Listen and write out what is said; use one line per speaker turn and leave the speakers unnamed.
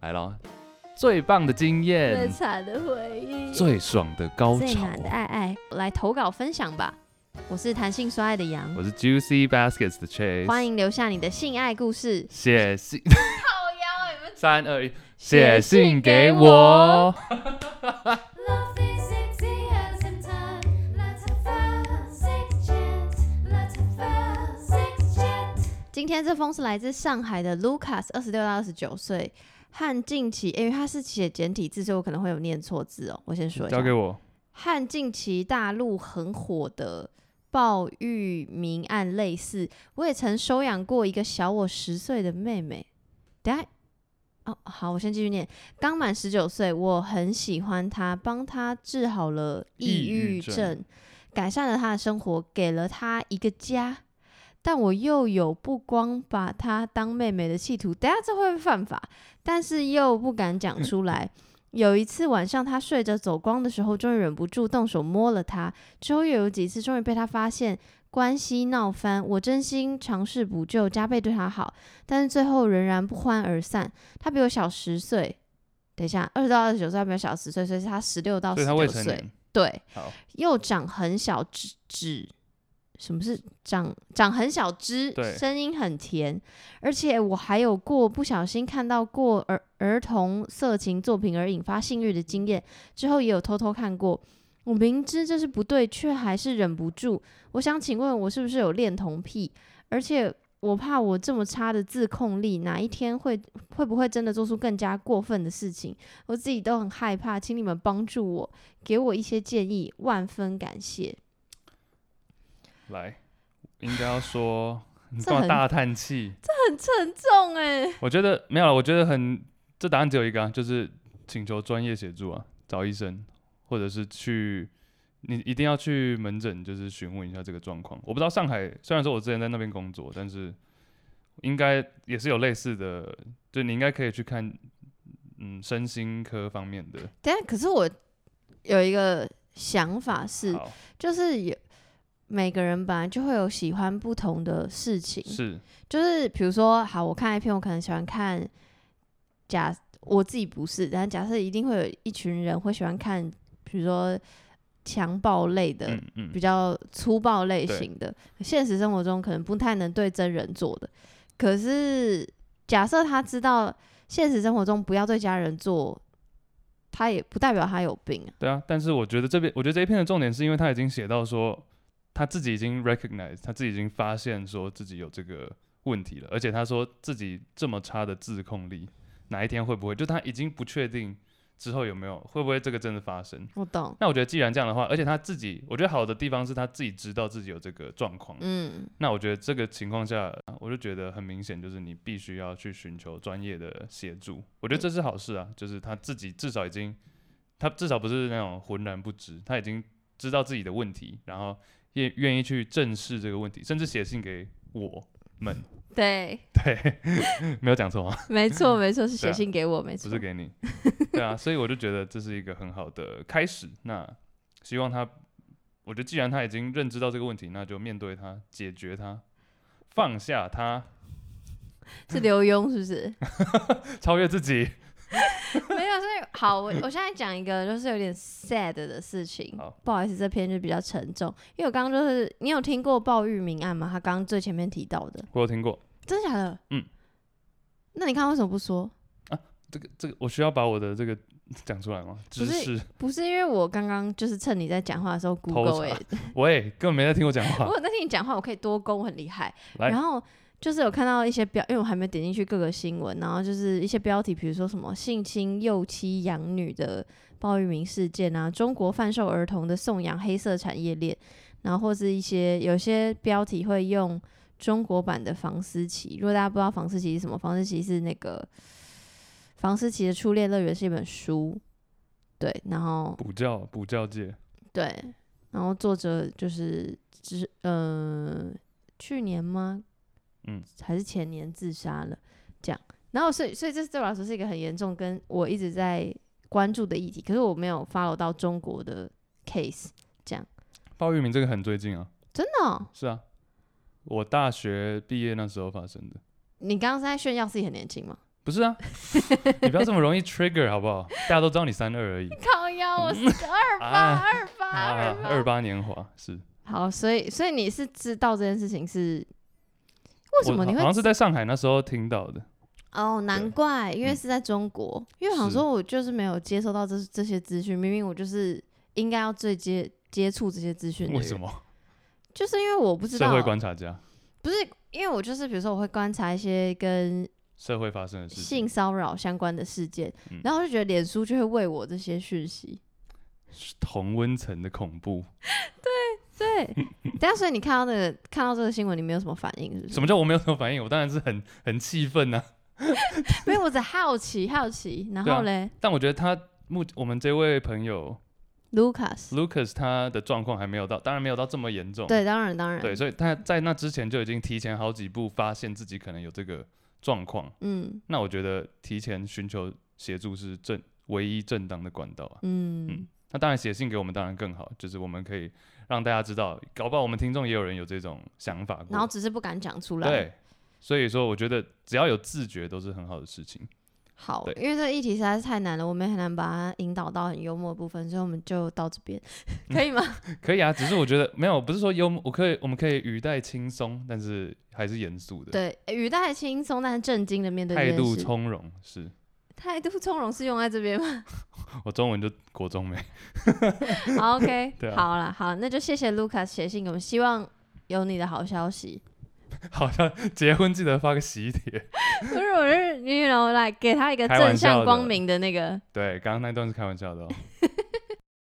来咯，最棒的经
最
验，
惨的回忆，
最爽的高
最
潮哦
暖。的爱爱，来投稿分享吧。我是弹性说爱的羊，
我是 Juicy Baskets 的 Chase，
欢迎留下你的性爱故事。
写 信
靠腰欸你们
三二一，
写
写
信
信
给
给
我
我。
Love is easy as in time. Let's have a six chance. Let's have a six chance.
今天这封是来自上海的 Lucas，二十六到二十九岁，和近期，因为他是写简体字，所以我可能会有念错字哦。我先说一下
交，给我，
和近期大陆很火的暴育民案类似，我也曾收养过一个小我十岁的妹妹。等下，哦，好，我先继续念。刚满十九岁，我很喜欢她，帮她治好了抑
抑
郁
郁症
症，改善了她的生活，给了她一个家。但我又有不光把她当妹妹的企图，等下这会不会犯法？但是又不敢讲出 来。有一次晚上，她睡着走光的时候，终于忍不住动手摸了她。之后又有几次，终于被她发现，关系闹翻。我真心尝试补救，加倍对她好，但是最后仍然不欢而散。她比我小十岁，等一下，二十到二十九岁，她比我小十岁，所以她十六到
所
十
以他
九
未成
岁
年。。
对，
好，
又长很小只只，什么是长长很小只？
对
声音很甜，而且我还有过不小心看到过儿儿童色情作品而引发性欲的经验，之后也有偷偷看过。我明知这是不对，却还是忍不住。我想请问，我是不是有恋童癖？而且我怕我这么差的自控力，哪一天会会不会真的做出更加过分的事情？我自己都很害怕，请你们帮助我，给我一些建议，万分感谢。
来，应该要说，你
这
干嘛
很
大叹气？
很沉重哎、
我觉得没有了，我觉得很，这答案只有一个、啊，就是请求专业协助啊，找医生，或者是去，你一定要去门诊，就是询问一下这个状况。我不知道上海，虽然说我之前在那边工作，但是应该也是有类似的，就你应该可以去看，嗯，身心科方面的。
等一下，可是我有一个想法是，
好，
就是有每个人本来就会有喜欢不同的事情，
是
就是比如说，好，我看一篇，我可能喜欢看假，我自己不是，但假设一定会有一群人会喜欢看，比如说强暴类的，
嗯嗯
比，较粗暴类
对
型的，现实生活中可能不太能对真人做的。可是假设他知道现实生活中不要对家人做，他也不代表他有病啊。
对啊，但是我觉得这边，我觉得这一篇的重点是因为他已经写到说，他自己已经 recognize，他自己已经发现说自己有这个问题了，而且他说自己这么差的自控力，哪一天会不会，就他已经不确定之后有没有会不会这个真的发生。
我懂，
那我觉得既然这样的话，而且他自己，我觉得好的地方是他自己知道自己有这个状况。
嗯，
那我觉得这个情况下，我就觉得很明显，就是你必须要去寻求专业的协助。我觉得这是好事啊，就是他自己至少已经，他至少不是那种浑然不知，他已经知道自己的问题，然后也愿意去正视这个问题，甚至写信给我们。
对，
对， 没有讲错吗？
没错，没错，是
对
写
啊
信给我，没
不
错
是。给你。对啊，所以我就觉得这是一个很好的开始。那希望他，我觉得既然他已经认知到这个问题，那就面对他，解决他，放下他。
是刘墉是不是？
超越自己。
没有，所以好， 我我现在讲一个就是有点 sad 的事情
好，
不好意思，这篇就比较沉重，因为我刚刚就是你有听过鲍玉明案吗？他刚刚最前面提到的，
我有听过
真的假的？
嗯，
那你看为什么不说？
这个，这个我需要把我的这个讲出来吗？
不
知
是
识，
不是因为我刚刚就是趁你在讲话的时候 Google 哎、
查喂，根本没在听我讲话
我。有在听你讲话，我可以多攻，我很厉害。
来
然后就是有看到一些标，因为我还没点进去各个新闻，然后就是一些标题，比如说什么性侵幼妻养女的鲍玉明事件啊，中国贩售儿童的送养黑色产业链，然后或是一些有些标题会用中国版的房思琪。如果大家不知道房思琪是什么，房思琪是那个房思琪的初恋乐园是一本书，对，然后
补教，补教界，
对，然后作者就是只呃去年吗？
嗯，
还是前年自杀了，这样。然后所以所以这对我来说是一个很严重，跟我一直在关注的议题，可是我没有 follow 到中国的 case，
鲍玉明这个很最近啊，
真的哦、
是啊，我大学毕业那时候发生的。
你刚刚是在炫耀自己很年轻吗？
不是 啊，你不要这么容易 trigger 好不好？大家都知道你三二而已。
靠腰，我是个二八
啊
二八
啊
二，八，
二八年华是，
好，所以所以你是知道这件事情是为什
我
么你
好
会
像是在上海那时候听到的。
哦，难怪，因为是在中国，因为想
嗯是
说我就是没有接收到这这些资讯，明明我就是应该要最接接触这些资讯的人，
为什么？
就是因为我不知
社
道
会，观察家，
不是因为我就是比如说我会观察一些跟
社会发生的事
性
情，
骚扰相关的事件，
嗯
然后我就觉得脸书就会喂我这些讯息，
同温层的恐怖。
对，但所以你看到那个看到这个新闻，你没有什么反应是不是？
什么叫我没有什么反应？我当然是很很气愤啊呐。
没有，我只好奇好奇，然
对啊
后嘞、
但我觉得他目我们这位朋友
Lucas，
Lucas 他的状况还没有到，当然没有到这么严重。
对，嗯当然当然，
对，所以他在那之前就已经提前好几步发现自己可能有这个状况。
嗯
那我觉得提前寻求协助是正唯一正当的管道啊。
嗯，
那当然写信给我们当然更好，就是我们可以让大家知道，搞不好我们听众也有人有这种想法过。
然后只是不敢讲出来，
对，所以说我觉得只要有自觉都是很好的事情。
好
对，
因为这议题实在是太难了，我们也很难把它引导到很幽默的部分，所以我们就到这边，
嗯
可以吗？
可以啊，只是我觉得没有，不是说幽默，我可以我们可以语带轻松，但是还是严肃的，
对，语带轻松但是震惊的面对这
态
件
度
事
从容是。
态度从容是用在这边吗？
我中文就国中没，
好，OK，
对啊
好了，好，那就谢谢 Lucas 写信给我们，希望有你的好消息。
好像结婚记得发个喜帖。
不是，我是 you know like 给他一个
开玩
正
笑
向
的
光明的那个。
对，刚刚那段是开玩笑的、哦，